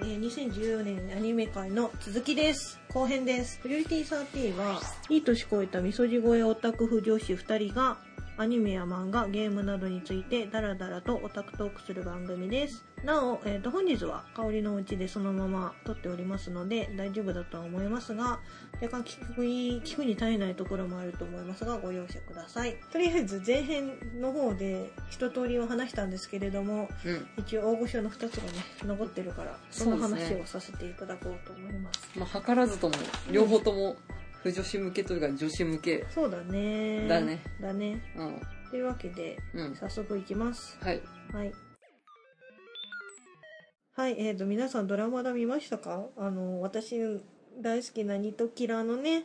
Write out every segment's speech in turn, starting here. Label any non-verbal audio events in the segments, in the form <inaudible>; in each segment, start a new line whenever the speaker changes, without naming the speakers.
2014年アニメ界の続きです。後編です。プリオリティ30は、いい年こいたみそじ越えオタク婦女子2人が、アニメや漫画、ゲームなどについてダラダラとオタクトークする番組です。なお、えー、と本日は香りのうちでそのまま撮っておりますので大丈夫だとは思いますが、若干聞くに聞くに耐えないところもあると思いますがご容赦ください。とりあえず前編の方で一通りを話したんですけれども、
うん。
一応大御所の2つがね残ってるからその話をさせていただこうと思います
まあ、図らずとも、両方とも、不女子向けというか女子向け。
そう,、だね
だね
だね
うん。
というわけで
うん。
早速いきます
はい。
はいはいえー、と皆さんドラマだ見ましたかあの私大好きなニトキラのね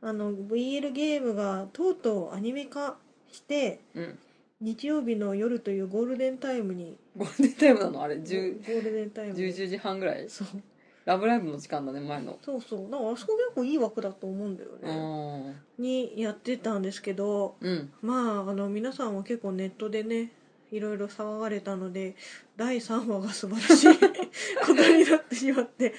あの VL ゲームがとうとうアニメ化して
うん。
日曜日の夜というゴールデンタイムに
ゴールデンタイムなのあれ、
ゴ
10、
ールデンタイムに
10時半ぐらい
そう
ラブライブの時間だね、前の。
そうそうなんかあそこ結構いい枠だと思うんだよね、
うん。
にやってたんですけど
うん。
まああの皆さんは結構ネットでねいろいろ騒がれたので第3話が素晴らし
<laughs>
いことになってしまって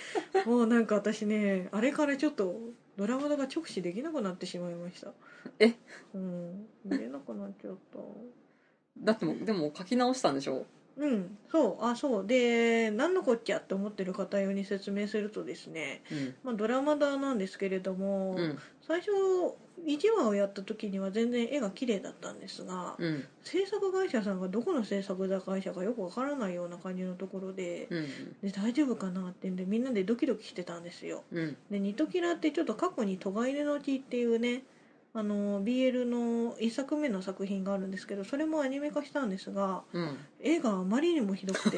もうなんか私ねあれからちょっとドラマが直視できなくなってしまいました
え
うん見れなくなっちゃった
だってもう、でも書き直したんでしょ
うんそうあそうで何のこっちゃって思ってる方用に説明するとですね、
うん。
まあ、ドラマだなんですけれども、
うん。
最初1話をやった時には全然絵が綺麗だったんですが、
うん。
制作会社さんがどこの制作会社かよくわからないような感じのところで,、
うん。
で大丈夫かなってんでみんなでドキドキしてたんですよ。
うん。
で「ニトキラ」ってちょっと過去に「トガイレの地」っていうねあの BL の1作目の作品があるんですけどそれもアニメ化したんですが
うん。
絵があまりにもひど
<laughs>
くて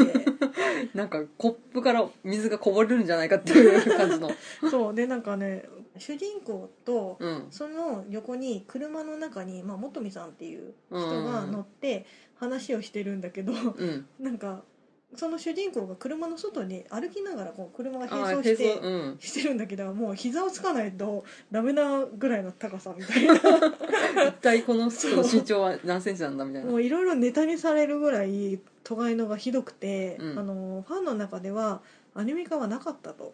なんか、コップから水がこぼれるんじゃないかっていう感じの。
そうでなんかね主人公と
うん。
その横に車の中に、まあ、元美さんっていう
うん
人が乗って話をしてるんだけど、 <laughs>
うん。
なんかその主人公が車の外に歩きながらこう車が
あ
並
あ、
走し
へ
て、
そ、うん。
してるんだけどもう膝をつかないとダメなぐらいの高さみた
<laughs>
いな
一体この人の身長は何センチなんだみたいな
も。ういろいろネタにされるぐらい都会のがひどくて、
うん
あのファンの中ではアニメ化はなかった
<laughs>
と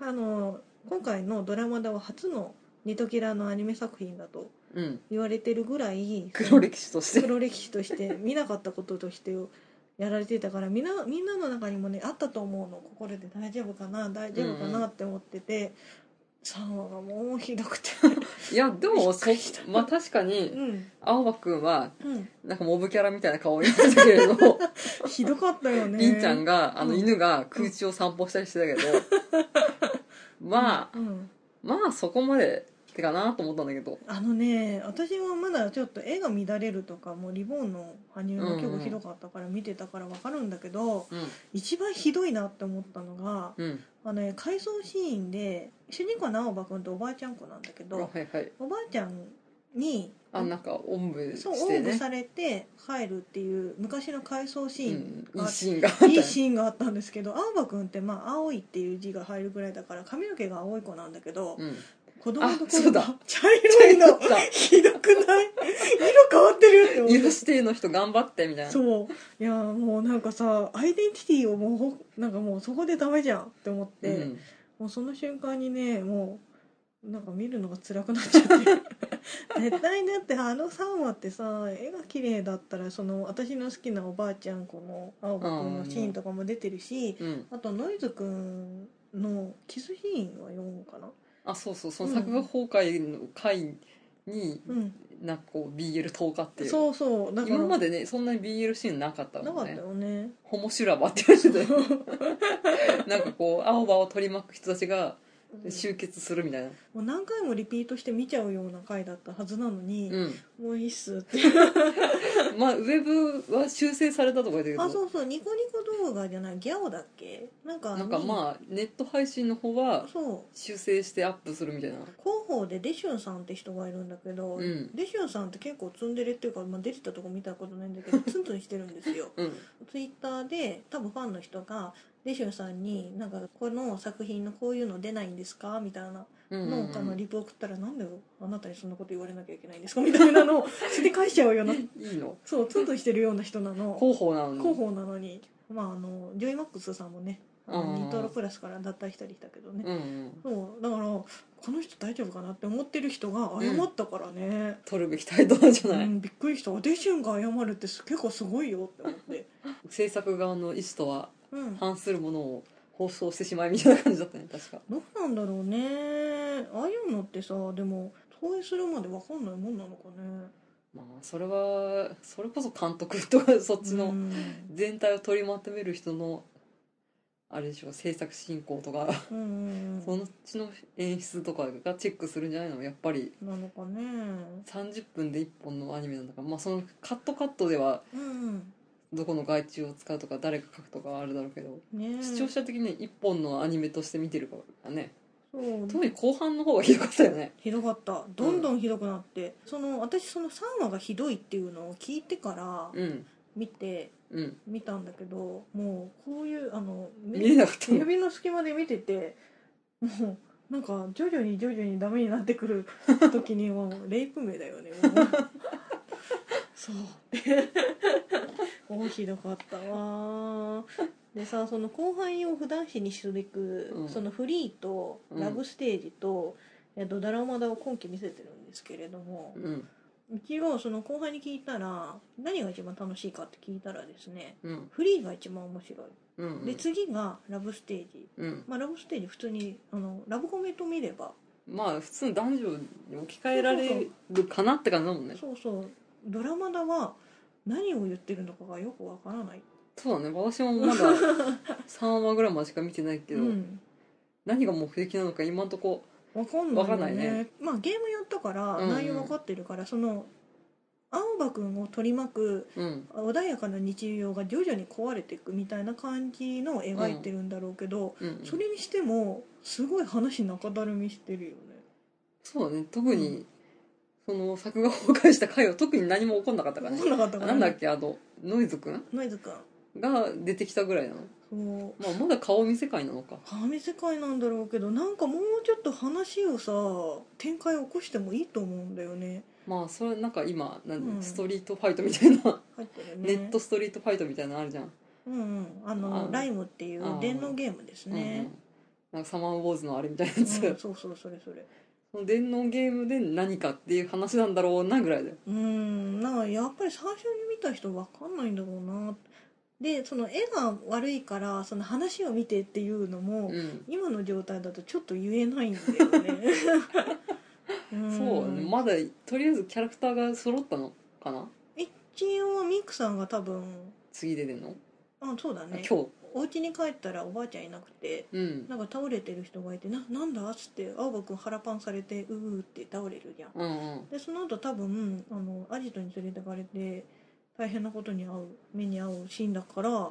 あの今回のドラマだは初のニトキラのアニメ作品だと
うん。
言われてるぐらい
黒歴史として。
黒歴史として見なかったこととしてやられてたからみんなみんなの中にもねあったと思うの心で大丈夫かな大丈夫か
うんう
なって思ってて、3話がもうひど
<laughs>
くて
いや、でも、そ
びっくりし、た
まあ確か
う
に、
ん、
青葉くんは、
うん、
なんかモブキャラみたいな顔をしてた
<laughs>
けれど、
ひどかったよね
りんちゃんが、あの
うん
犬が空中を散歩したりしてたけど、
<laughs>
まあ、
うんうん
まあそこまで、ってかなと思ったんだけど。
あのね私はまだちょっと絵が乱れるとかもうリボンの羽生が結構ひどかったから見てたからわかるんだけど、
うん。
一番ひどいなって思ったのが
うん。
あの、ね、回想シーンで主人公の青葉くんとおばあちゃん子なんだけ
あ
ど、
はいはい。
おばあちゃんに
あ、なんか、おんぶ
そう
し
お
て
んぶ
ね。
されて帰るっていう昔の回想シ
う
ーン、
ん。いいシーンがあったよ。
いいシーンがあったんですけど青葉くんってまあ「青い」っていう字が入るぐらいだから髪の毛が青い子なんだけど、
うん。
子供の
あそ
頃
うだ
が茶色いの
茶色だ
ひどくない色変わってるって思
許
っ
しての人頑張って、みたい
た
な。
そういやもうなんかさアイデンティティをもうほなんかもうそこでダメじゃんって思って、
うん。
もうその瞬間にねもうなんか見るのが辛くなっ
<laughs>
ちゃって絶対だってあの3話ってさ絵が綺麗だったらその私の好きなおばあちゃんこの青葉くんのシーンとかも出てるし、
うん。
あとノイズくんのキスシーンは4かな
あ、そうそう、その作画崩壊の回に、
うん
なんかこう BL 投下っていう
そうそうだから
今までねそんなに BL シーンなかった
な
も
か
ん
った
ね
よね
ホモシュラバって言われて
<laughs>
たなんかこう青葉を取り巻く人たちが
うん
集結するみたいな
もう何回もリピートして見ちゃうような回だったはずなのに、
うん
もういいっすって
まあウェブは修正されたとか言ってたけど
あそうそうニコニコ動画じゃないギャオだっけなんか
なんかまあネット配信の方は
そう
修正してアップするみたいな
広報でデシュンさんって人がいるんだけど、
うん
デシュンさんって結構ツンデレっていうか、まあ、出てたとこ見たことないんだけ
<laughs>
どツンツンしてるんですよ
うん
ツイッターで多分ファンの人がデシュンさんになんかこの作品のこういうの出ないんですかみたいな
うんう
農
ん
家の
うん
リプ送ったらなんであなたにそんなこと言われなきゃいけないんですかみたいな
<laughs>
のをすり返しちゃうようない
いの
そうツンツンしてるような人なの
広報なのに
広報なのにまああのジョイマックスさんもねあの
うん
ニトロプラスから脱退したりしたけどね、
うんうん
そうだからこの人大丈夫かなって思ってる人が謝ったからね、
取るべき態度なんじゃ
うん
ない、
びっくりしたオデシュンが謝るってす結構すごいよって思って、
制作側の意思とは
うん、
反するものを放送してしまいみたいな感じだったね確か
どうなんだろうねああいうのってさでも投影するまで分かんないもんなのかね
まあそれはそれこそ監督とかそっち
う
の
ん
全体を取りまとめる人のあれでしょう制作進行とか
うんうん
そのうちの演出とかがチェックするんじゃないのやっぱり
なのかね
30分で1本のアニメなんだから、まあ、そのカットカットでは
うん
どこの害虫を使うとか誰が書くとかはあるだろうけど、
ね
視聴者的に1本のアニメとして見てるからね
そう
特に後半の方がひどかったよね
ひどかったどんどんひどくなって、その私その3話がひどいっていうのを聞いてから
うん
見て
うん
見たんだけどもうこういうあの目
見えなかった
指の隙間で見ててもうなんか徐々に徐々にダメになってくる時にはもうレイプ名だよねも
<laughs>
うそうおひどかったわでさその後半用普段誌にすべく、
うん
そのフリーと
うん
ラブステージと、えっとダラマダを今期見せてるんですけれども、
うん
一応その後半に聞いたら何が一番楽しいかって聞いたらですね
うん
フリーが一番面白い、
うん
で次がラブステージ
うん
まあ、ラブステージ普通にあのラブコメと見れば、
まあ普通の男女に置き換えられるかなって感じだもんね
そうそうドラマだは何を言ってるのかがよくわからない
そうだね私もまだ
<laughs>
3話ぐらいまでしか見てないけど、
うん、
何が目的なのか今んとこ
わかんない,、ね、
わかんないね
まあゲームやったから
うんうん
内容わかってるから、その青葉くんを取り巻く
うん
穏やかな日常が徐々に壊れていくみたいな感じのを描いてるんだろうけど、
うん
それにしてもすごい話中だるみしてるよね
そうだね特に、その作画崩壊した回は特に何も起こんなかったから
分
ね
かんなかったから
なんだっけあのノイズくん
ノイズくん
が出てきたぐらいなの、
そう
まあ、まだ顔見世界なのか
鏡世界なんだろうけどなんかもうちょっと話をさ展開起こしてもいいと思うんだよね
まあそれなんか今なん
うん
ストリートファイトみたいな、
入ってるよ
ネ
ね
ットストリートファイトみたいなのあるじゃん、
うんうんあの
あ
ライムっていう
あ
電脳ゲームですね、
うんなんかサマーウォーズのあれみたいな
う
や
ん
つ、
そうそうそれそれ
その電脳ゲームで何かっていう話なんだろうなぐらいだよ
うんなんかやっぱり最初に見た人わかんないんだろうなでその絵が悪いからその話を見てっていうのも、
うん
今の状態だとちょっと言えないんだよ
<laughs>
ねん
そうねまだとりあえずキャラクターが揃ったのかな
一応ミクさんが多分
次出てんの、
あそうだ
あ
ね
今日
お家に帰ったらおばあちゃんいなくて
うん
なんか倒れてる人がいて「ななんだ?」っつって青葉くん腹パンされて「うう」って倒れるじゃん
うんうん
でその後多分あのアジトに連れてかれて大変なことに遭う目に遭うシーンだから
うん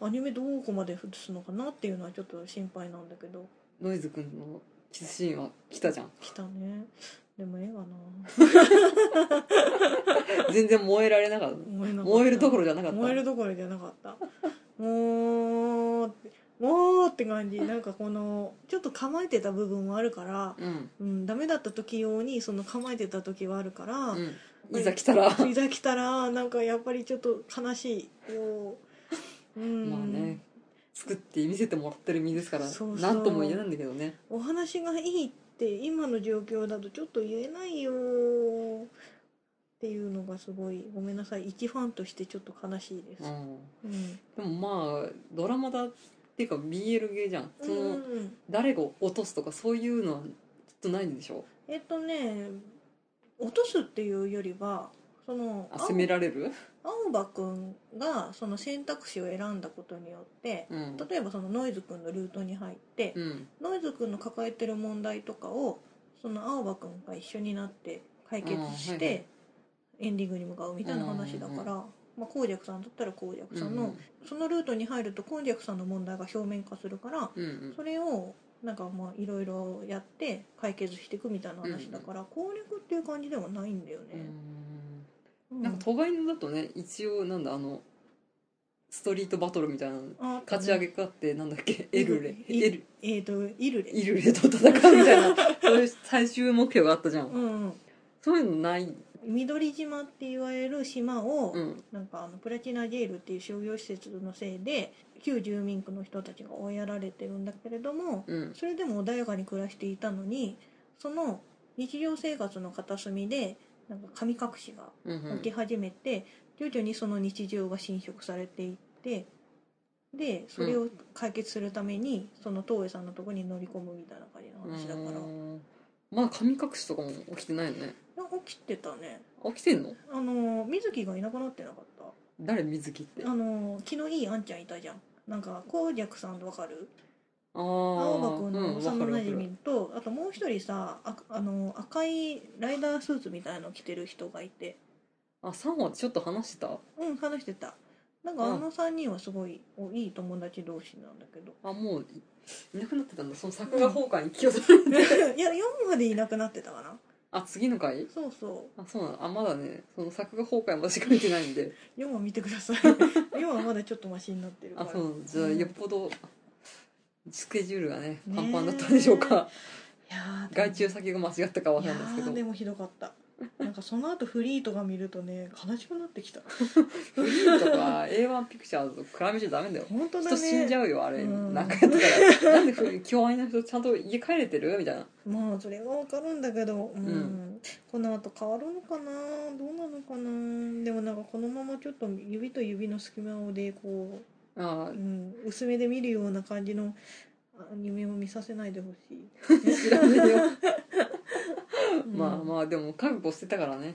アニメどこまで映すのかなっていうのはちょっと心配なんだけど
ノイズくんのキスシーンは来たじゃん
来たねでも絵がな
全然燃えられなかった
燃えなかった
燃えるところじゃなかった
燃えるどころじゃなかったもうってもうって感じなんかこのちょっと構えてた部分もあるから
うん
うん、ダメだった時用にその構えてた時はあるから、
うん、いざ来たら
いざ来たらなんかやっぱりちょっと悲しいよ、うん
まあね作って見せてもらってる身ですから
そうそう
何とも言えないんだけどね
お話がいいって今の状況だとちょっと言えないよっていうのがすごいごめんなさい一ファンとしてちょっと悲しいで
う
す、
ん
うん
でもまあドラマだっていうか BL ゲーじゃんその、
うん
誰が落とすとかそういうのはきっとないんでしょ
えっとね落とすっていうよりはその
あ責められる
青葉くんがその選択肢を選んだことによって、
うん
例えばそのノイズくんのルートに入って、
うん
ノイズくんの抱えてる問題とかをその青葉くんが一緒になって解決
あ
し
ーはいは
てエンディングに向かうみたいな話だから、
うんうん
まあ、公爵さんだったら公爵さんの、
うん
そのルートに入ると公爵さんの問題が表面化するから
うんうん
それをなんかまあいろいろやって解決していくみたいな話だから、攻略っていう感じではないんだよね。
うんなんか都外のだとね一応なんだあのストリートバトルみたいなの勝ち上
げ
げかってなんだっけエルレ
イ
エル
えっ、とイルレ
イルレと戦うみたいなそういう最終目標があったじゃん
<laughs> うんうん
そういうのない
緑島って言われる島を、
うん
なんかあのプラチナジェールっていう商業施設のせいで旧住民区の人たちが追いやられてるんだけれども、
うん
それでも穏やかに暮らしていたのにその日常生活の片隅でなんか神隠しが
うんう
起
ん
き始めて、徐々にその日常が侵食されていってでそれを解決するために、その東映さんのとこに乗り込むみたいな感じの話だから、
うんまあ神隠しとかも起きてないよね
いや起きてたね
起きてんの
あの水木がいなくなってなかっ
誰水木って
たあの気のいいあんちゃんいたじゃんなんかこうじゃくさんわかる
ああ
青葉くん
うん
の
わか
幼
る
な
わか
じ
る
みとあともう一人さああの赤いライダースーツみたいの着てる人がいて
あ三話ちょっと話してた
うん話してたなんかあの3人はすごいおいい友達同士なんだけ
<laughs>
ど
あもういいなくなってたんだその作画崩壊に気を取られて、
いや4までいなくなってたかな
あ次の回
そうそ
あそうなのあまだねその作画崩壊までしか見てないんで
う4は見てくだ
<laughs>
さい4はまだちょっとマシになってるか
あ
ら
そうじゃあ
うん
よっぽどスケジュールがね
ね
パンパンだったんでしょうか
いやーでも
外注先が間違ったかわかんないです
いやー
け
で
ど
もひどかったなんかその後フリーとか見るとね悲しくなってきた
フリーとか <laughs> A1 ピクチャーズと比べちゃダメだよ
本当だ
人
ね
死んじゃうよあれ、
うん
なんかやったからなんでふ共愛の人ちゃんと家帰れてるみたいな
まあそれはわかるんだけど、うん
うん
この後変わるのかなどうなのかなでもなんかこのままちょっと指と指の隙間をでこ
あ
う、うん、薄めで見るような感じのアニメを見させないでほしい、
ー知らねえよ、
うん
<laughs> まあまあでも覚悟してたからね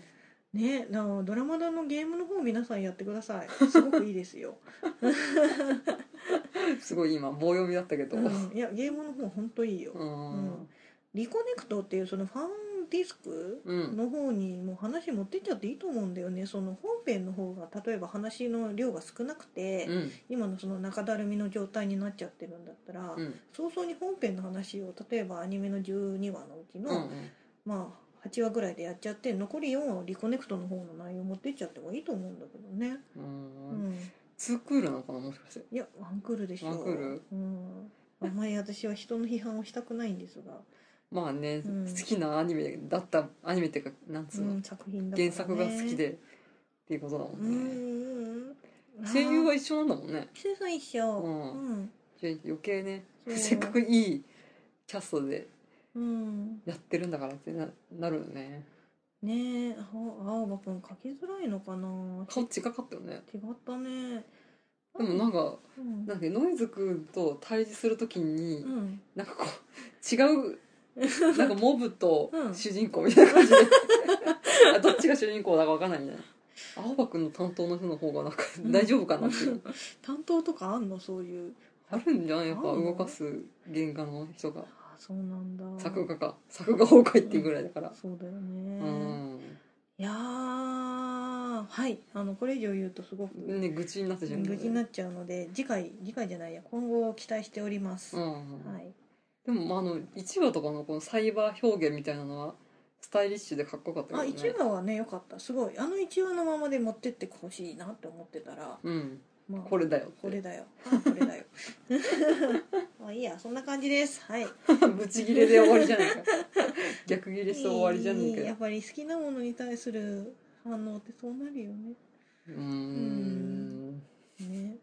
ねなあドラマだのゲームの方皆さんやってくだ
<laughs>
さいすごくいいですよ、
すごい今棒読みだった <laughs> けど、
う
うん
ん、いやゲームの方本当いいよ、んリコネクトっていうそのファンディスク
うん
の方にもう話持ってっちゃっていいと思うんだよねその本編の方が例えば話の量が少なくて、
うん
今のその中だるみの状態になっちゃってるんだったら、
うん
早々に本編の話を例えばアニメの12話のうちの、
うん
まあ8話ぐらいでやっちゃって残り4話をリコネクトの方の内容持ってっちゃってもいいと思うんだけどね、
うん
うん
ツークールなのかなもしかして
いやワンクールでしょ
ワンクール
うん、あんまり私は人の批判をしたくないんですが、
まあね、
うん
好きなアニメだったアニメっていうかなんつう
う
の、
ん作品だから、
原
ね、
作が好きでっていうことだも
うんう
ね、
んうん
声優は一緒なんだもんね
生産一緒
うん
うん
じゃあ余計ね
そう
せっかくいいキャストで
うん
やってるんだからってななるよね
ねえ青青葉くん書きづらいのかな
顔近かったよね
違ったね
でもなんか
うん
なんかノイズくんと対峙するときに、
うん
なんかこう違
<laughs>
うなんかモブと
うん
主人公みたいな感じで <laughs> あどっちが主人公だかわかんないみたいな青葉くんの担当の人の方がなんか
うん
大丈夫かなっていう
担当とかあんのそういう
あるんじゃないやっぱ
あるの
動かす原画の人が
あそうなんだ
作画か作画崩壊っていうぐらいだから
そうだよ
う
ね、
ん、
いやーはいあのこれ以上言うとすごく
ね愚痴になってしまう
無事になっちゃうので次回次回じゃないや今後を期待しております、
うん
は
うん
い
でもまああの1話とかのこのサイバー表現みたいなのはスタイリッシュでかっこよかった
あ
けどね
1話はね良かったすごいあの1話のままで持ってってほしいなって思ってたら、
うん
まあ、
これだよ
これだよあこれだよ <laughs> まあいいやそんな感じですはい
<laughs> ブチギレで終わりじゃないか逆ギレして終わりじゃないか
いいや
よ
っぱり好きなものに対する反応ってそうなるよね
うーん
ね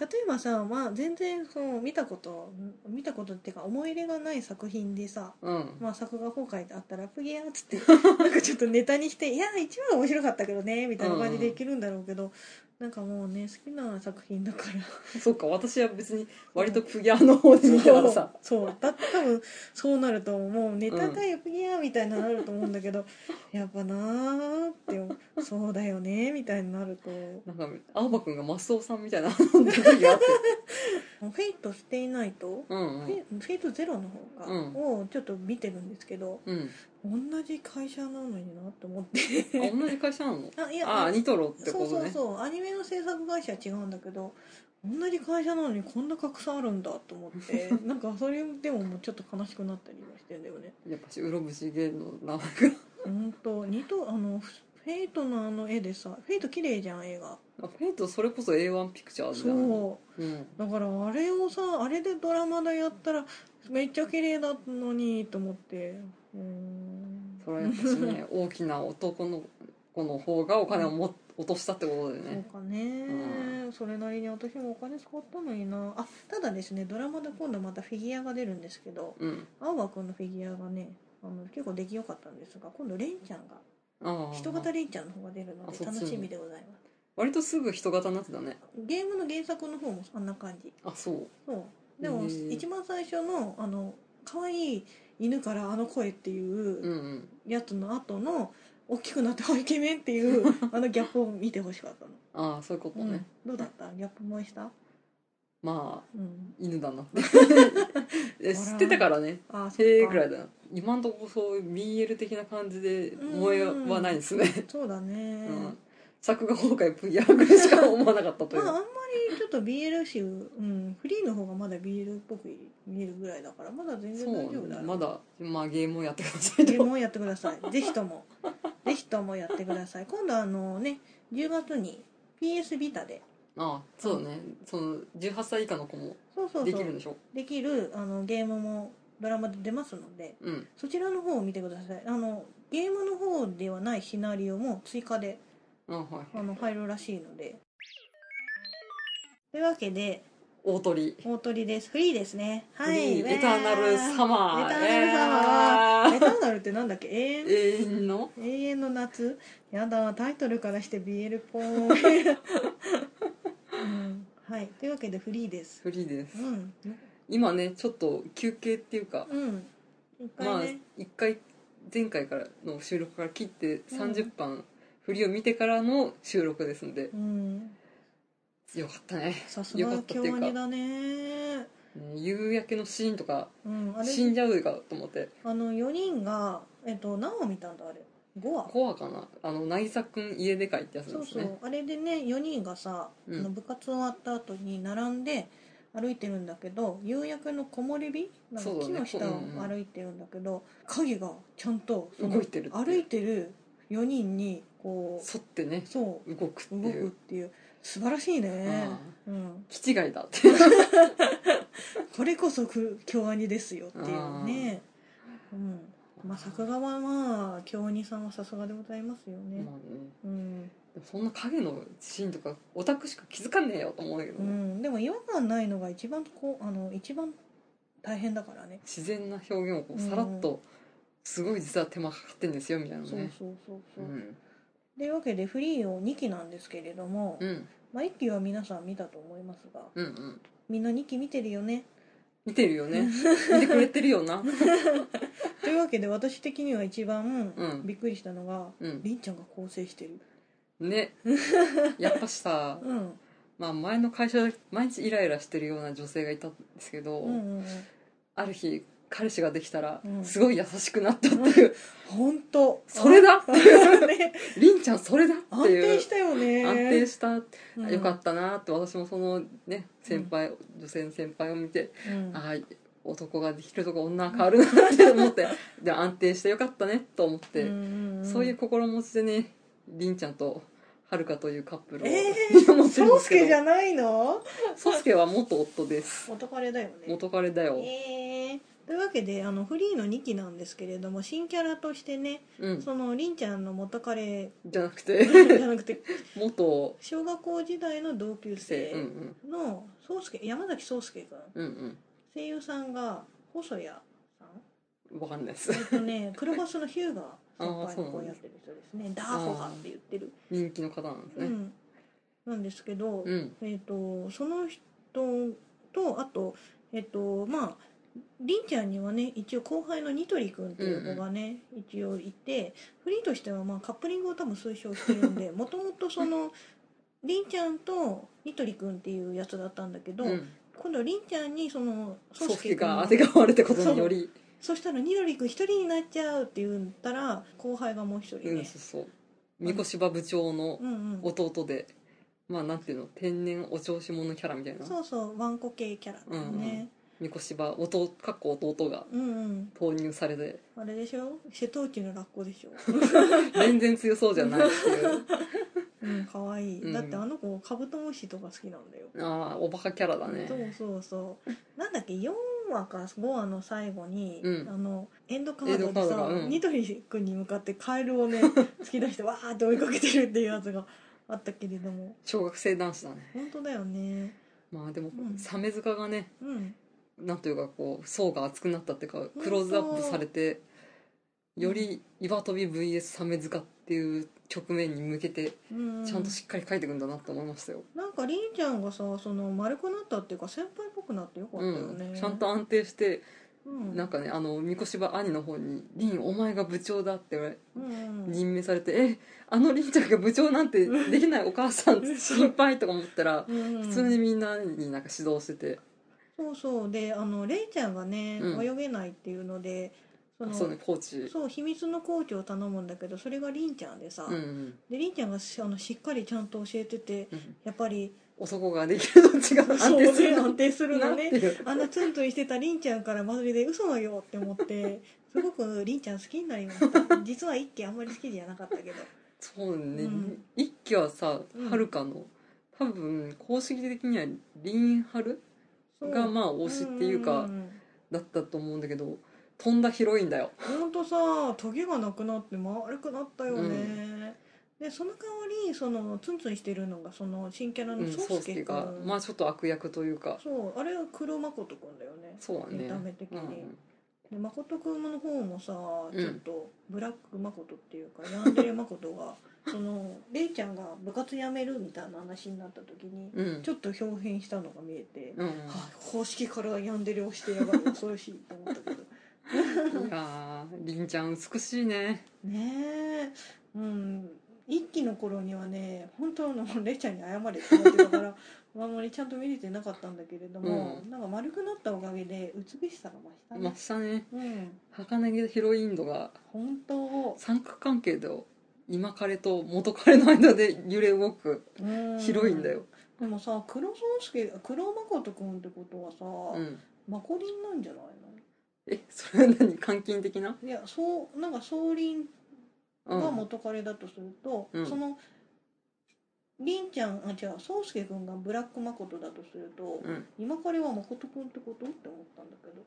例えばさ、まあ、全然その見たことん見たことっていうか思い入れがない作品でさ
うん
まあ作画崩壊であったらプギャーっつって <laughs> なんかちょっとネタにして「いや一番面白かったけどね」みたいな感じでいけるんだろうけど、なんかもうね好きな作品だから
そっか私は別に割とプギャーの方で見たからさ
<laughs> そうだ多分そうなるともうネタかよくぎゃみたいになると思うんだけ <laughs> ど、やっぱなーって思うそうだよねみたいになると
なんか青葉くんがマスオさんみたいな時
<laughs>
があって
フェイトしていないと、
うん
フェフェイトゼロの方が、
うん
をちょっと見てるんですけど
うん、うん、
同じ会社なのになと思って <laughs>
あ同じ会社なの
あいや
あニトロって
そ
こ
うそ
と
う
ね
そうアニメの制作会社は違うんだけど同じ会社なのにこんな格差あるんだと思って
<laughs>
なんかそれでももうちょっと悲しくなったりはしてんだよね
やっぱしうろぶしゲームの名前が
うんと二とあのフェイトのあの絵でさフェイト綺麗じゃん映画
あフェイトそれこそ A1 ピクチャーズだね、
そう
ん、
うだからあれをさあれでドラマでやったらめっちゃ綺麗だったのにと思ってうーん <laughs>
それはやっぱしね大きな男の子の方がお金をも落としたってことだよ
そう
ね。
かね、それなりに私もお金使ったのになあただですねドラマで今度またフィギュアが出るんですけど
うん。
青葉くんのフィギュアがねあの結構出来良かったんですが今度レンちゃんが
ああ。
人型レンちゃんの方が出るの
あ
で
そっち
楽
に
しみでございます
割とすぐ人型になってたね。
ゲームの原作の方もあんな感じ
あ、そう。
そうでも
へー
一番最初のあの可愛い犬からあの声っていう
うんうん。
やつの後の大きくなってあイケメンっていう
<laughs>
あのギャップを見てほしかったの、
ああ、そういうこと
うん
ね。
どうだったギャップ萌えした、
まあ、
うん、<laughs>
犬だなって。え
ほら
知ってたからね。
ああそ
へえぐら
い
いだな。今んとこそういう BL 的な感じで思いはないですね。
そうだね、
うん。作画崩壊 VR ぐらいしか思わなかったとい
まああん
う。
まりちょっと BL 集、うん、フリーの方がまだ BL っぽく見えるぐらいだからまだ全
そ
然大丈夫
う
だ
ね
ろう
まだまあゲームをやってください <laughs>
ゲー
と
ムをやってください。ぜひとも。ぜひともやってください。今度あのね、10月に PS ビタで、
ああそうだねその18歳以下の子も
そうそうそう、
できるんでしょ
できるあのゲームもドラマで出ますので、
うん
そちらの方を見てください。あの、ゲームの方ではないシナリオも追加で
あはい
あの入るらしいので。というわけで、
大鳥
大鳥です。フリーですね。はい。
エターナルサマー
エターナルサマー。
え
エターナルってなんだっけ永遠
ー永遠の
永遠の夏やだタイトルからして BL っぽい、
<laughs>
うん、はいというわけでフリーです
フリーです
うん
今ねちょっと休憩っていうか
うん一
ま
回
あ
ね、
一回前回からの収録から切って
うん
30分フリーを見てからの収録ですんで
うん
よかったね
さす
よか
が
ったって
京
いうか
アニだね
うん夕焼けのシーンとか
うんあ
死ん
れ
じゃうかと思って
あの4人がえっと何を見たんだあれ5話
コアかなあの渚くん家でかいってやつ
そ
で
う
す
そ
ね
うあれでね4人がさ、
うん
あの部活終わった後に並んで歩いてるんだけど夕焼けの木漏れ日なんか
そうだ
木
ね
の下を
うんうん
歩いてるんだけど影がちゃんとその
動いてるって
歩いてる4人にこ
沿ってね
うそ
動くって
う動
い
くっ
う
ていう素晴らしいねうん
気違いだっていう
これこそく京アニですよっていうねうんまあ作画はまあ京アニさんはさすがでございますよね
まあね
うん、
でもそんな影のシーンとかオタクしか気づかねえよと思うんだけど
う
ね、
ん、でも違和感ないのが一番こうあの一番大変だからね
自然な表現をこうさらっと、すごい実は手間かかってんですよみたいな
そう
ね
そうそうそうう、
ん
というわけでフリーを2期なんですけれども、
うん
まあ、1期は皆さん見たと思いますが
うんうん
みんな2期見てるよね
見てるよね見てくれてる
<laughs>
よな
というわけで私的には一番
うん
びっくりしたのが、
うん
りんちゃんが構成してる
ねやっぱしさ、
うん
まあ、前の会社で毎日イライラしてるような女性がいたんですけど、
うんうんうん
ある日彼氏ができたら
うん
すごい優しくなったっていう、
<laughs> 本当
それだ <laughs> っていう
あね
りんちゃんそれだっ
安
ていう
定したよね
安定した
うん
よかったなって私もそのね先輩、女性の先輩を見て、
うん
ああ男ができるとこ女は変わるなって思
<laughs>
ってで安定してよかったねと思って、
うんうんうん
そういう心持ちでねりんちゃんとはるかというカップルを
え
見守
ー、
ってるん
宗
ですけ
介じ
ど
ゃないの
宗介は元夫です
元彼だよね
元彼だよ、
えーというわけであのフリーの2期なんですけれども新キャラとしてね
うん
そのりんちゃんの元彼
じゃなく
じ
て
ゃなくて
元
小学校時代の同級
生うん
生の宗介山崎宗介君
うんうん
声優さんが細谷さん
うんわかんないです
えっとね、黒バスのヒューガー
あー
先
そう
輩
なん
のこう
だ
やってる人ですね。ダーホガって言ってる。
人気の方なんです
う
ね
ん。なんですけど、
うん
えっ、と、その人と、あと、えっ、と、まあ、りんちゃんにはね、一応後輩のニトリくんっていう子がね、一応いて、フリーとしてはまあカップリングを多分推奨してるん <laughs> で、もともとその、りんちゃんとニトリくんっていうやつだったんだけど、
うん
今度りんちゃんにその、
宗
宗介
介
君
が
の
あてがわれたことにより
そしたらニドリ君一人になっちゃうって言ったら後輩がもう一人
うん、
ね
そう、そう三越場部長の
うん、うん
弟で、まあなんていうの天然お調子者キャラみたいな
そうそうワンコ系キャラだよね、
三越場弟かっこ弟が
うんうん
投入されて
あれでしょ瀬戸内のラッコでしょ、
全然強そうじゃないっていう
<laughs> うん、かわいい、
うん
だってあの子カブトムシとか好きなんだよ、
ああおバカキャラだね
そうそうそうなんだっけ4ムワーカー5話の最後に、
うん
あのエンドカードで
エンドカ
さ
ードがうん
ニトリ君に向かってカエルを
<laughs>
ね突き出してわーって追いかけてるっていうやつがあったけれども
小学生男子だね
本当だよね
まあでも
うん
サメ塚がね
うん
なんというかこう層が厚くなったっていうかクローズアップされて
当
より岩飛び VS サメ塚っていう局面に向けて
うん
ちゃんとしっかり書いていくんだなと思いましたよ、
なんかりんちゃんがさその丸くなったっていうか先輩っぽくなってよかった
う
よ
ん
ね、
ちゃんと安定して
うん
なんかねあのみこしば兄の方に「凛お前が部長だ」って言われ
うんうん
任命されて「えあの凛ちゃんが部長なんてできないお母さん」心配とか思ったら
うん
普通にみんなになんか指導してて
そうそうであのレイちゃんがね、
うん
泳げないっていうのでその
そうねコーチ
そう秘密のコーチを頼むんだけどそれがりんちゃんでさ、
うんうん
でりんちゃんがしあのしっかりちゃんと教えてて
うん
やっぱり
男ができるの違う <laughs> 安定する
そうね
の
安定するの
なっ
ね
ていう
あんなツンツンしてたりんちゃんからまりで嘘のよって思ってすごくりんちゃん好きになりました実は一期あんまり好きじゃなかったけど
そうね、
うん
一期はさ
うん
はるかの多分公式的にはリンハル
そう
がまあ推しっていうか
んん
だったと思うんだけど飛んだヒロインだよ
ほんとさトゲがなくなって丸くなったよね、でその代わりそのツンツンしてるのがその新キャラ
う
の
ん
宗
宗介
介君、
がまあちょっと悪役というか
そうあれは黒誠君だよね
そうだね
見た目的に
うん
で誠君の方もさ
ん
ちょっとブラック誠っていうか、ヤンデレ誠
<laughs>
がそのレイちゃんが部活辞めるみたいな話になった時に
うん
ちょっと表変したのが見えて、
うん、
はあ公式からヤンデレをしてやがる恐ろしいと思ったけど
いやーりんちゃん美しいね
ねえうん一期の頃にはね本当の <laughs> レイちゃんに謝れって思ってたから <laughs> あんまりちゃんと見れてなかったんだけれども、
う
なんか丸くなったおかげで美しさが増した
ま
ね
あ、下ね
うん
儚げヒロイン度が
本当
三角関係で今彼と元彼の間で揺れ動く
うん
ヒロインだよ、
でもさ黒宗介黒誠君ってことはさ、
うん、
マコリンなんじゃない
えそれは何監禁的な
のいやそうなんか宗輪
うん
が元彼だとすると、
うん
その凛ちゃんあ違う宗介君がブラック誠だとすると、
うん、
今彼は誠君ってことって思ったんだけど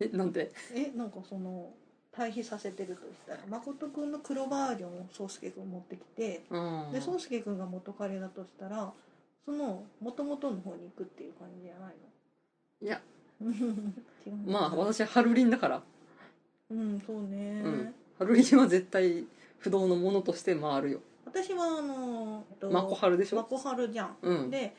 えなんで
えなんかその対比させてるとしたら誠君の黒バージョンを宗介君持ってきて
うん
で宗介君が元彼だとしたらその元々の方に行くっていう感じじゃない
いや
の <laughs> 違う
まあ私はハルリンだから、
うんそうね、
うん、ハルリンは絶対不動のものとして回るよ
私はあのえっと
マコハルでし
マ
ょ、
コハルじゃん、
うん、
で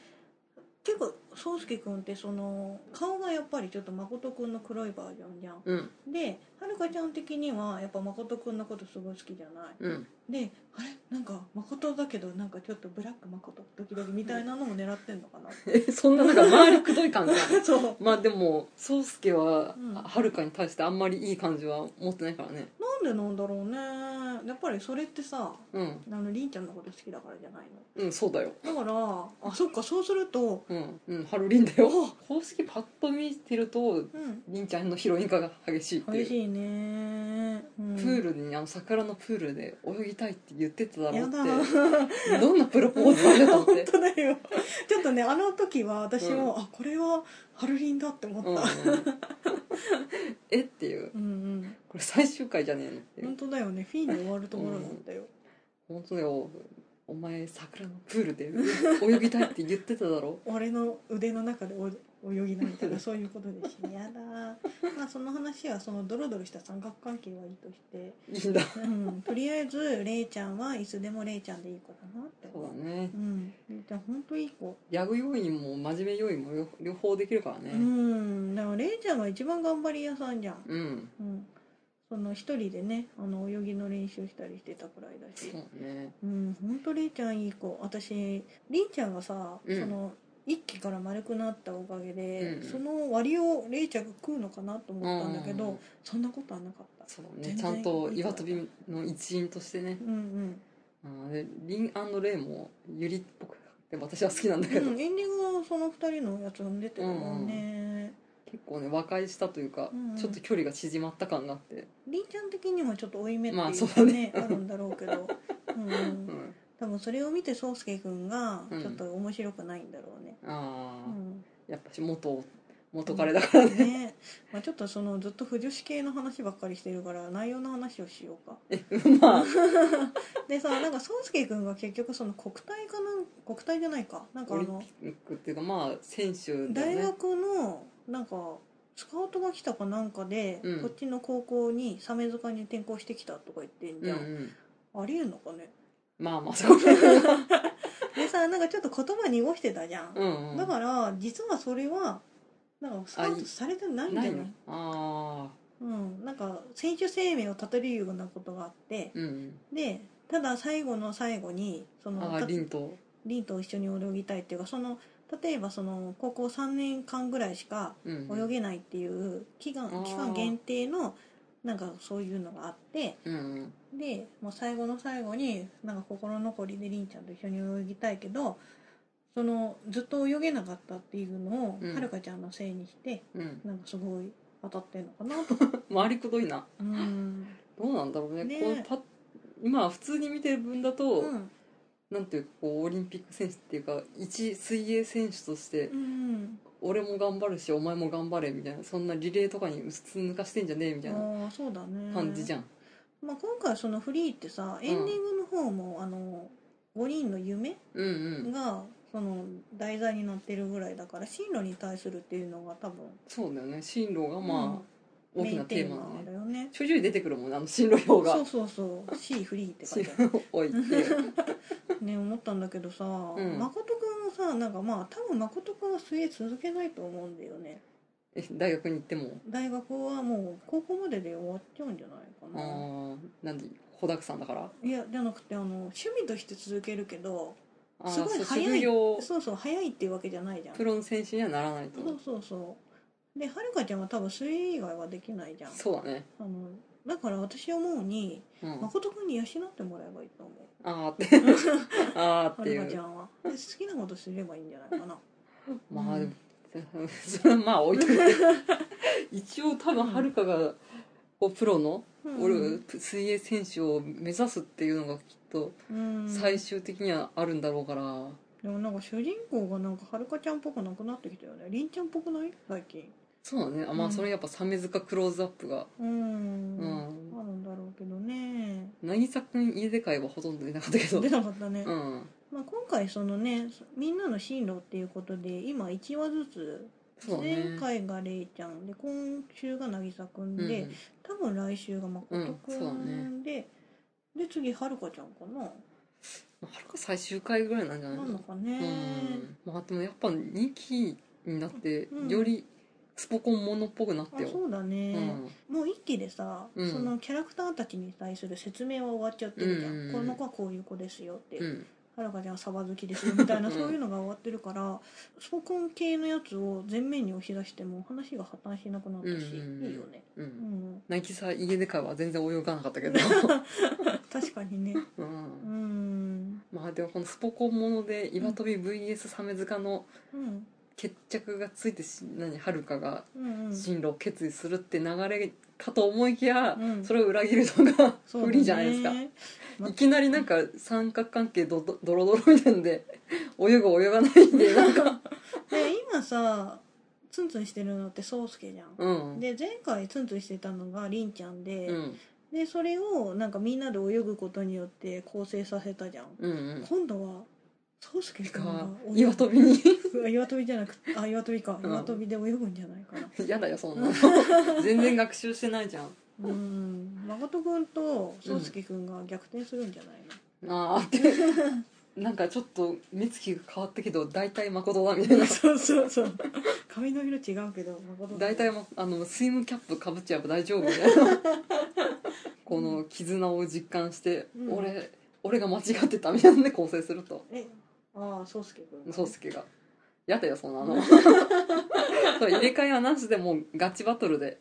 結構宗介君ってその顔がやっぱりちょっと誠君の黒いバージョンじゃん
うん
ではるかちゃん的にはやっぱ誠くんのことすごい好きじゃない
うん
であれなんか誠だけどなんかちょっとブラック誠ドキドキみたいなのも狙ってんの
<laughs>
かな
えそんななんか周りくどい感じだ
そう
<laughs> まあでも宗介は
うん
はるかに対してあんまりいい感じは持ってないからね
なんでなんだろうねやっぱりそれってさ
うん
あのりんちゃんのこと好きだからじゃない
うんそうだよ
のだからあそっかそうすると
うんうんハルリンだよ公式パッと見てると
うん
りんちゃんのヒロイン化が激しいって
嬉
いう
しいね、うん、
プールにあの桜のプールで泳ぎたいって言ってただろ
や
うっ
だ
て
本
どんなプロポーズだよ
<laughs>
と思って
当だよちょっとねあの時は私も、あこれはハルリンだって思った、
うんうん <laughs> えっていう
うんうん、
これ最終回じゃねえのっていう
本当だよねフィーに終わるところなん
<laughs>
だよ、
本当だよお前桜のプールで泳ぎたいって言ってただろ
俺の腕の中でお泳ぎなみたい
<laughs>
なそういうことですしやだーまあその話はそのドロドロした三角関係はいいとして、
いいんだ
うん、とりあえずレイちゃんはいつでもレイちゃんでいい子だなって
そう
思う
だね
うんレイちゃんほんといい子
ヤグ要員も真面目要員も両両方できるから
う
ね
んだからレイちゃんが一番頑張り屋さんじゃん
うん
うんその一人でねあの泳ぎの練習したりしてたくらいだし
そうだね
うんほんとレイちゃんいい子私りんちゃんがさ、
うん
その一気から丸くなったおかげで、
うん
その割をレイちゃんが食うのかなと思ったんだけど、
うん
そんなことはなかった
そう
全
ね
然
ちゃんと岩飛びの一員としてね
うんうん、
うんでリンレイもユリっぽくでも私は好きなんだけど、
うん、エンディングはその二人のやつが出てるもんね、
結構ね和解したというか、
うん
ちょっと距離が縮まった感があって、
りんちゃん的にはちょっと負い目って
まあ
いう
そ
か
うだ
ね
ね、
あ、るんだろうけど、うん
うん
多分それを見て宗介君が
うん
ちょっと面白くないんだろうね、
ああ
う、ん
やっぱし元元彼だからね
ねまあ、ちょっとそのずっと不女子系の話ばっかりしてるから内容の話をしようか
<laughs> まあ
でさなんか宗介君が結局その国体かなん国体じゃないかなんか
オ
あ
リン
の
ピックっていうかまあ選手だ
大
よね
学のなんかスカウトが来たかなんかで、
うん
こっちの高校に鮫塚に転校してきたとか言ってん
うん
じ
う
ゃん、
ん
ありえんのかね
まあまあそうう
でさなんかちょっと言葉濁してたじゃん、
ん、うん、
だから実はそれはなんかスカウトされてないんじゃな
ないいのああ
うん、なんか選手生命を絶てるようなことがあって
うん
でただ最後の最後にそ
あ
の
あ
た
凛と
リンと一緒に泳ぎたいっていうかその例えばその高校3年間ぐらいしか
うん
泳げないっていう期間,、
あー
期間限定のなんかそういうのがあって
うんうん
でもう最後の最後になんか心残りでリンちゃんと一緒に泳ぎたいけどそのずっと泳げなかったっていうのを
うん
はるかちゃんのせいにして、
うん
なんかすごい当たってんのかな
<laughs>
とか。
回りくどいな
うん
どうなんだろうね
ね
こうパッ今普通に見てる分だと、
うん
なんていうかこうオリンピック選手っていうか一水泳選手として、
うん
俺も頑張るしお前も頑張れみたいなそんなリレーとかにうつ抜かしてんじゃねえみたいな
ああそうだね
感じじゃん、
まあ、今回そのフリーってさエンディングの方も、あの5人の夢
うん、うん
がその題材になってるぐらいだから進路に対するっていうのが多分
そうだよね進路がまあ、大
メ
き
イ
な
ン
テ
テ
ー
ー
マ
マ
だ
だ
ね
よね。
ちょいちょい出てくるもんねあの進路表
そう
が
そうそう「C フリー」って書
進
いてあ
<laughs> 路を置いて
るね思ったんだけどさ、
ん
誠くんもさなんかまあ多分誠くんは水泳続けないと思うんだよね
え大学に行っても
大学はもう高校までで終わっちゃうんじゃないか
あ
な
ーなんで子だくさんだから
いやじゃなくてあの趣味として続けるけど
あー
すごい
そう
早い
職業
そうそう早いっていうわけじゃないじゃん
プロの選手にはならないと
そうそうそうではるかちゃんは多分水泳以外はできないじゃん
そうだね、
あのだから私思うに
うん、あ
誠君に養ってもらえばいいと思う
あーって <laughs> ああっ
は
てい
るかち
う
ゃんはで好きなことすればいいんじゃないかな
<laughs> まあ
う
で
ん
も、それはまあ置いと
<laughs>
いて一応多分はるかがこうプロの、俺水泳選手を目指すっていうのがきっと
うん
最終的にはあるんだろうから、
でもなんか主人公がなんかはるかちゃんっぽくなくなってきたよねりんちゃんっぽくない最近
そうだねあま
う
あ
ん
それやっぱ鮫塚クローズアップが、
う
うんん
あるんだろうけどね
渚君家出会はほとんど出なかったけど
出なかったね、
うん
まあ、今回そのねみんなの進路っていうことで今1話ずつ
そうだね
前回がれいちゃんで今週が渚くん
う
で、
ん、
多分来週が誠く
うんそうだ
んで、で次はるかちゃんかな、
まあはるか最終回ぐらいなんじゃない
な
の
んのかね、
うんまあでもやっぱ2期になって
うん
よりスポコンものっぽくなった
あ
よ、
そうだ
う
ね、
ん
もう一期でさ、
うん
そのキャラクターたちに対する説明は終わっちゃってるじゃん、
うん
この子はこういう子ですよっていう、
うん
はるかちゃんはサバ好きですよみたいな
うん
そういうのが終わってるからスポコン系のやつを前面に押し出しても話が破綻しなくなったし、
うん
いいよね、
う
うんん、
渚家で会は全然泳がなかっ
<laughs>
たけど、
確かにね
う、
うんん
まあでもこのスポコンもので岩跳び VS サメ塚の
うん
決着がついてし何はるかが
うんうん
進路を決意するって流れかと思いきや、
うん
それを裏切るのが
そうだね
不利じゃないですか、
まあ
いきなりなんか三角関係どどドロドロみたいなんで泳ぐ泳がないん
<laughs>
でなんか
で今さツンツンしてるのって宗介じゃん、
うん
で前回ツンツンしてたのがりんちゃんで、
うん
でそれをなんかみんなで泳ぐことによって構成させたじゃん、
うんうん
今度は宗介君が
か
泳ぐ
岩跳びに
<laughs>
<laughs>
岩跳びじゃなくてあ岩跳びか
うん
岩跳びで泳ぐんじゃないかな
嫌だよそん
<laughs>
なの全然学習してないじゃん
うん誠君と宗介君が逆転するんじゃないの、
ああって
<laughs>
なんかちょっと目つきが変わったけど大体誠だみ <laughs> たいな
そうそうそう髪の色違うけど誠
大体まあのスイムキャップかぶっちゃえば大丈夫みた
<laughs>
いなこの絆を実感して、
うん
俺俺が間違ってたみたいなね構成すると
えああ宗介君
宗介がやだよそ
<laughs>
んなのそう入れ替えはなしでもうガチバトルで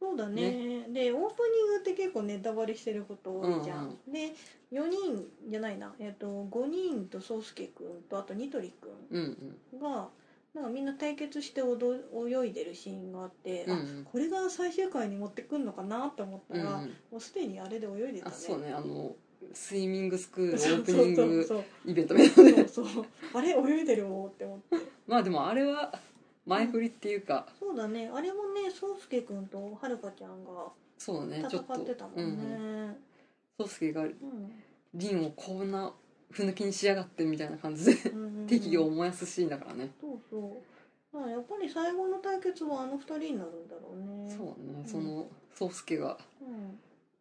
そうだねでオープニングって結構ネタバレしてること多いじゃん、
うん
で4人じゃないな、えっと5人と宗介君とあとニトリ君
うんうん
がなんかみんな対決して踊泳いでるシーンがあって、
うんう
あ
ん
これが最終回に持ってくんのかなと思った
うんう
ら、も
ん
うすでにあれで泳いでた
あ
ね
そうねあのスイミングスクール
<laughs>
オ
そう
ープニング
そう
イベントみたいな
そうそ
ね
うそうそうあれ泳いでるもんって思って
まあでもあれは前振りっていうか、
そうだねあれもねそうすけくんとはるかちゃんが
そうだねち
戦
ょっと
ってたもんね
うん、宗介が
うん
凛をこんなふぬきにしやがってみたいな感じで
うんうんうん
敵を燃やすシーンだからね、
そうそうまあやっぱり最後の対決はあの二人になるんだろうね
そうだね、
ん
その宗介が
うん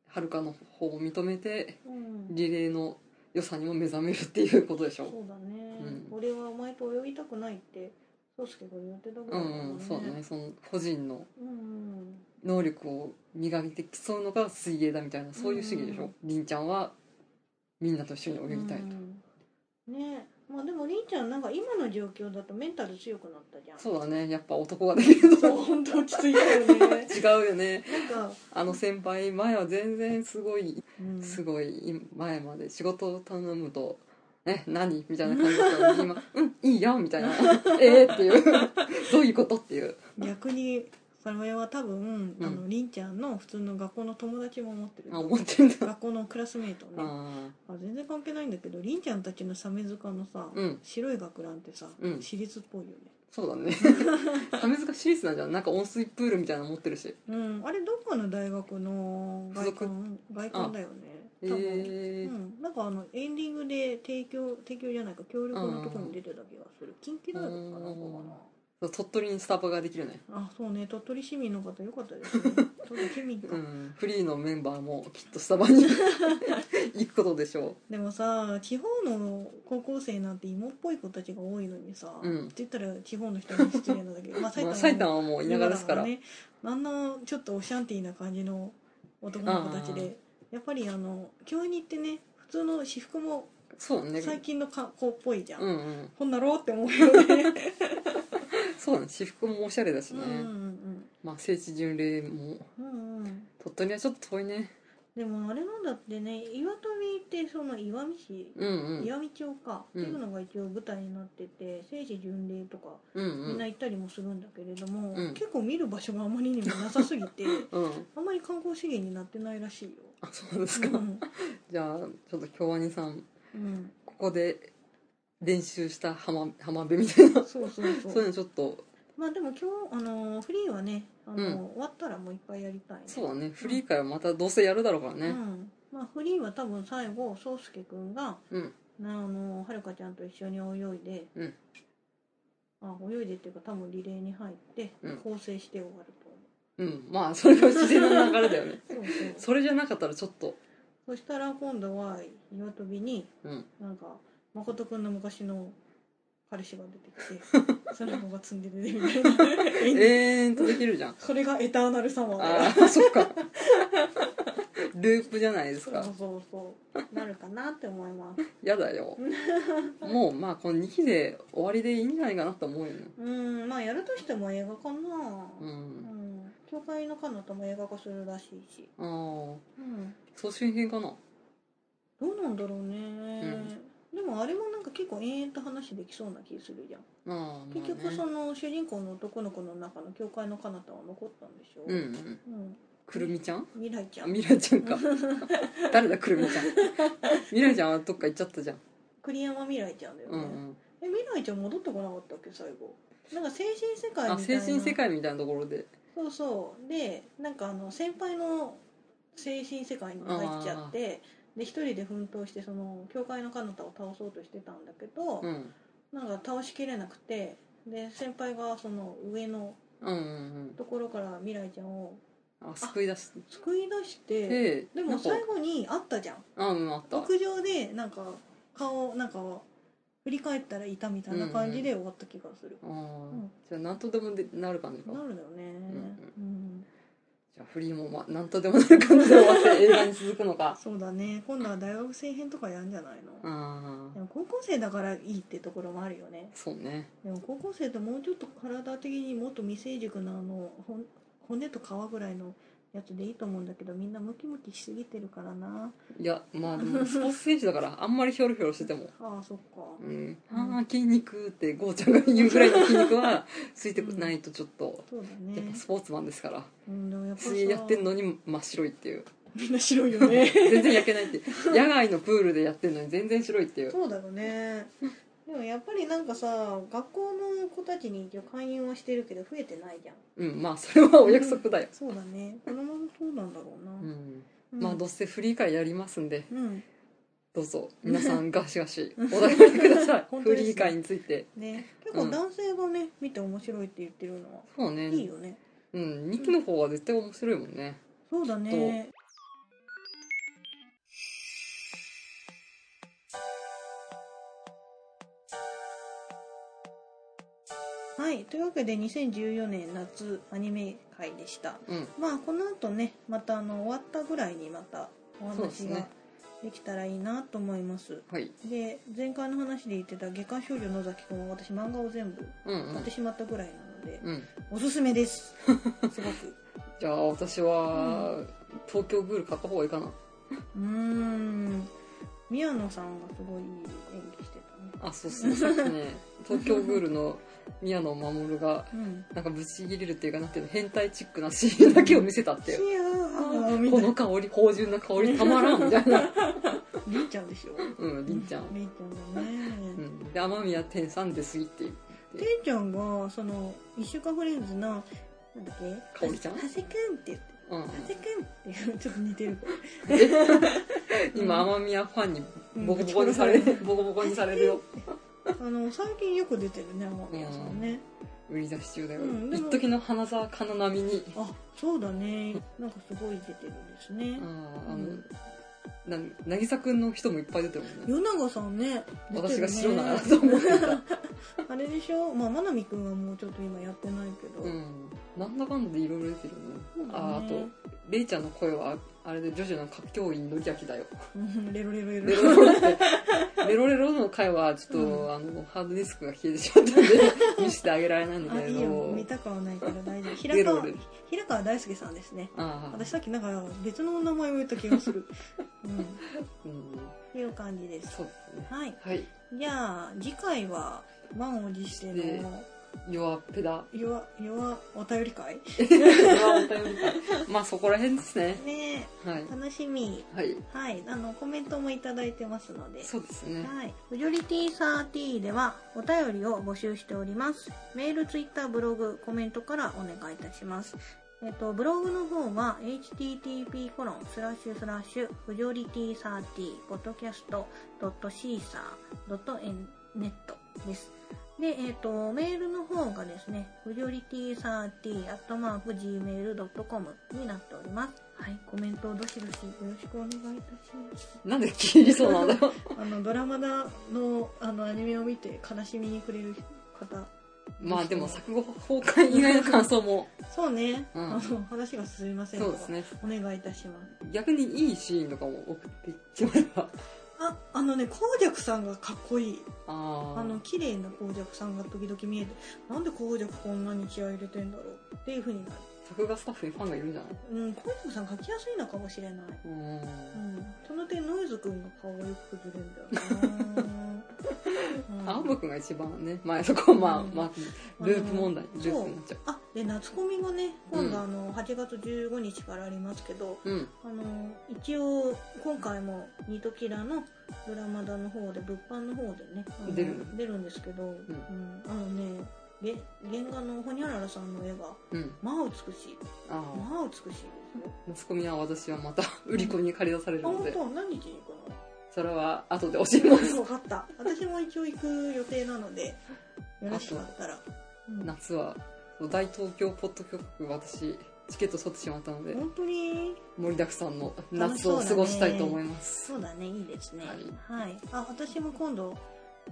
はるかの方を認めて
うん
リレーの良さにも目覚めるっていうことでし
そ
ょ
うだね、
うん
俺はお前と泳ぎたくないってそうすけが言ってたぐ
う
らいだ
ん
も
うん、そうだねその個人の
うんうん
能力を磨いて競うのが水泳だみたいなそういう主義でし
う
ょ
ん
凛、ちゃんはみんなと一緒に泳ぎたいと、
うんねまあでもりんちゃんなんか今の状況だとメンタル強くなったじゃん
そうだねやっぱ男ができる
そう
と
本当落ち着いたよ
<laughs>
ね
違うよね
なんか、
あの先輩前は全然すごい
うん、
すごい前まで仕事を頼むと「え何?」みたいな感じだったのに今「うんいいよ」みた
<laughs>
いな「えーっていうどういうことっていう
逆にそれは多分、
うん
あのりんちゃんの普通の学校の友達も持ってる
あ思ってんだ
学校のクラスメートねあ
あ
全然関係ないんだけどりんちゃんたちのサメ塚のさ、
ーうん
白い学ランってさ、
うん
私立っぽいよね
そう
<laughs>
だね亀塚シリーズなんじゃんなんか温水プールみたいなの持ってるし
うんあれどこの大学の外
付
観外観だよね多分、
え
う
ー
ん、なんかあのエンディングで提供提供じゃないか協力のところに出てた気がする近畿大学かな
うん
こ
鳥取にスタバができるね
こかなあそうね鳥取市民の方よかったです
<laughs>
ね鳥取市民か、
うんフリーのメンバーもきっとスタバ
<laughs>
に行くことでしょ
でもさ地方の高校生なんて芋っぽい子たちが多いのにさ、
うん
って言ったら地方の人に失礼なんだけどまあ
う、まあ、
埼
埼
玉
玉はもう田舎ですから、
ね、あんなちょっとオシャンティーな感じの男の子たちでやっぱりあの教員に行ってね普通の私服も
そうね
最近のか子っぽいじゃん、
うんうん
ほんなろうって思うよね
<laughs> そうだね私服もおしゃれだし
うん
ね、
うん
まあ聖地巡礼も
うんうんうん
鳥取はちょっと遠いね
でもあれなんだってね岩富ってその岩見市、
うんうん
岩見町か、
うん
っていうのが一応舞台になってて聖地巡礼とか
うん
みん
う
なん行ったりもするんだけれども、
うん
結構見る場所があまりにもなさすぎ
<laughs>
て
うん
あんまり観光資源になってないらしいよ。
あそうです
う
か、
ん
じゃあちょっと京アニさん
うん、
ここで練習した浜浜辺みたいな
そうそうそう
<laughs> そういうのちょっと
まあでも今日あのフリーはねあの、
うん
終わったらもういっぱいやりたいね
そうだねフリー会はまたどうせやるだろうから
う
ね
んまあ、フリーは多分最後宗介くんが
うん、
なあのはるかちゃんと一緒に泳いで、
うん
あ泳いでっていうか多分リレーに入って、
うん
構成して終わる
うんまあそれが自然な流れだよね
と思うそう
<laughs>
そう
それじゃなかったらちょっと
そしたら今度は岩跳びに
うん
なんか誠くんの昔の彼氏が出て
<laughs>
きてその子が積んで出てみたいな
永 <laughs> 遠とできるじゃん
<laughs> それがエターナルサマーだよ
ああそっ <laughs> かループじゃないです
そう
か
そうそうなるかなって思い
<laughs>
ます
やだよもうまあこの2期で終わりでいいんじゃないかなと思うよね
うんまあやるとしても映画かな
う
うんん教会の彼方も映画化するらしいし
ああ
うん
総集編かな
どうなんだろうね、でもあれもなんか結構延々と話できそうな気するじゃん、
ああまあね
結局その主人公の男の子の中の教会の彼方は残ったんでしょ
うんうん
うん、
くるみちゃん
未来ちゃん
みらち
<laughs>
ゃんか誰だくるみちゃんみらちゃんはどっか行っちゃったじゃん
栗山未来ちゃんだよね、
うんうん
え未来ちゃん戻ってこなかったっけ最後なんか精神世界みたいな
あ精神世界みたいなところで
そうそうでなんかあの先輩の精神世界に入っちゃってで一人で奮闘してその教会の彼方を倒そうとしてたんだけど、
うん
なんか倒しきれなくてで先輩がその上の
うんうん
ところから未来ちゃんを
うんあ救い出して
救い出して
で
でも最後に会ったじゃん
うんあった
屋上でなんか顔なんか振り返ったらいたみたいな感じで終わった気がする、
あーじゃあ何とでもでなる感じか
なるだよねうん
じゃあフリーもまあ何とでもなる感じで終わ
<laughs>
って映画に続くのか
そうだね今度は大学生編とかやんじゃないの、
あ
で
あ
も高校生だからいいってところもあるよね
そうね
でも高校生ってもうちょっと体的にもっと未成熟なあのほん骨と皮ぐらいのやつでいいと思うんだけどみんなムキムキしすぎてるからない
やまあでもスポーツ選手だからあんまりひょろひょろしてても
ああそっか
うん、ああ筋肉ってゴーちゃんが言うぐらいの筋
<laughs>
肉はついてこないとちょっと、
そうだ
やっ
ね
ぱスポーツマンですから
うんでもやっぱ
水泳やってん
の
のに真っ白いっていう
みんな白いよね <laughs>
全然焼けないって野外のプールでやってんのに全然白いっていう
そうだよねでもやっぱりなんかさ学校の子たちに一応勧誘はしてるけど増えてないじゃん
うんまあそれはお約束だよ、
そうだね子供もそうなんだろうな、
うん
うん
まあどうせフリー会やりますんで
うん
どうぞ皆さんガシガシお題りください、
<laughs> 本当
フ
ですね
リー会について
ね結構男性がね、見て面白いって言ってるのは
そうね
いいよね
うん2期の方は絶対面白いもんね
そうだねはいというわけで2014年夏アニメ会でした
うん
まあこの後ねまたあの終わったぐらいにまたお
そうです
話が
ね
できたらいいなと思います
はい
で前回の話で言ってた「月刊少女野崎くん」は私漫画を全部
うんう
買っ
ん
てしまったぐらいなので、
うん、
おすすめです
<laughs>
すごく
じゃあ私は、東京グール買った方がいいかな
うーん宮野さんがすごいいい演技して
あそうっすねさっきね東京グールの宮野真守が
たねうん
なんかぶち切れるっていうかなんていうの変態チックなシーンだけを見せたって
シ
いう
ャーみた
こ
いな
の香り芳醇な香りたまらんみたいな
りんちゃんでしょ
うんりんちゃん、
りんちゃんだね、
うん、で雨宮天さんですぎっていう
てんちゃんがその一週間フレンズのなんだっけ
かおりちゃん
はせくんって言って
うん
長谷くんってちょっと似てる
<laughs> 今雨宮ファンにボコボコにさ
う
れ
んぶち殺され
るボコボコにされるよ
あの最近よく出てるね天宮さんね、
売り出し中だよ、
うんでも
一時の花澤香菜並みに
あそうだねなんかすごい出てるんですね
あーあ
うん
の、な渚くんの人もいっぱい出てるもんね
与永さんね出て
私
るね
が白ならと思ってた、
あれでしょまあ真波くんはもうちょっと今やってないけど、
うん、なんだかんだでいろいろ出てる
そう
よね
だね
ああとレイちゃんの声はあれでジョジョの歌教員のりあきだよ
うん <laughs> レロレロレロ
レロレロってレロレロの回はちょっと、
うん
あのハードディスクが消えてし
<laughs>
まったんで見せてあげられないんだ
あ
けれ
いい
ど
よ
も
見たかはないから大丈夫
レ
平
ロ
川
レロ
平川大輔さんですね
あ
私さっきなんか別の名前を言った気が
<laughs>
するうん
あ、うん、
いう感じです
そうですね
はい
はい
じゃあ次回は満を持しての
弱っぺだ
弱弱お便り会
弱お便り会まあそこら辺ですね
ね
はい
え楽しみ
はい
はいあのコメントもいただいてますので
そうですね
はい、フジョリティサーティではお便りを募集しております。メール、ツイッター、ブログ、コメントからお願いいたします。えっと、ブログの方は http コロンスラッシュスラッシュフジョリティサーティポッドキャストドットシーサードットネットです。で、えっと、メールの方がですね、フジョリティサーティアットマーク gmail.com になっております。はい、コメントをどしどしよろしくお願いいたします。
なんで切りそうなんだ
<laughs>
ろう
あのドラマだのあのアニメを見て悲しみにくれる方
まあでも作後崩壊以外の感
<laughs>
想も
そうね、
うん
あの話が進みませんが
そうですね
お願いいたします
逆にいいシーンとかも送ってきました
ああのね紅雀さんがかっこいい
あ
あの綺麗な紅雀さんが時々見えてなんで紅雀こんなに気合い入れてんだろうっていうふうになる
作画スタッフにファンがいるんじゃない
うん紅雀さん描きやすいのかもしれないううんんその点ノイズくんの顔がよく崩れるん
<laughs>
だよなうん
青葉くんが一番ね、まあ、そこはまあ、
うん
まあ、ループ問題
あの
ループになっちゃう
あで夏コミがね今
う
度
ん
あの8月15日からありますけど、
うん
あの一応今回も「ニトキラ」のドラマだの方で物販の方でねあの
出る
出るんですけど、うんあのねげ原画のホニャララさんの絵が
うん
まあ美しい
ああ
まあ美しいですね
マスコミは私はまた売り込みに借り出され
あ
るの
本
で
当何日に行くの
それは後で教えます <laughs>
分かった私も一応行く予定なのでよろしかったら、うん
夏はそう大東京ポッド局私チケット取ってしまったので
本当に
盛りだくさんの
楽し
夏
そう
を
だね
過ごしたいと思います
そうだね、いいですね。は。
はい
あ、私も今度、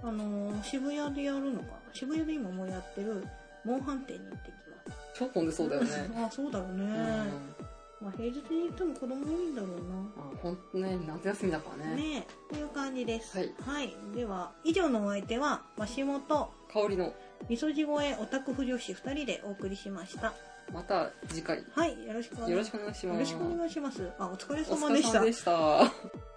あのー渋谷でやるのかな。渋谷で今もうやってる、モンハン店に行ってきます。
超混んでそうだよね
あ、そうだよね。
うん
まあ、平日に行っても子供多いんだろう
あ本当ね夏休みだから
な。
ね
ねえ、という感じです。
はい
では、以上のお相手は、マシモと、
香りの
みそじ越えオタク婦女子2人でお送りしました。
また次回よ
はい、よろしくお願い
ろ
し
しくお願いし
ま。
ますす
よろしくお願いします。あ、お疲れ様
お疲れ
でした
様で。した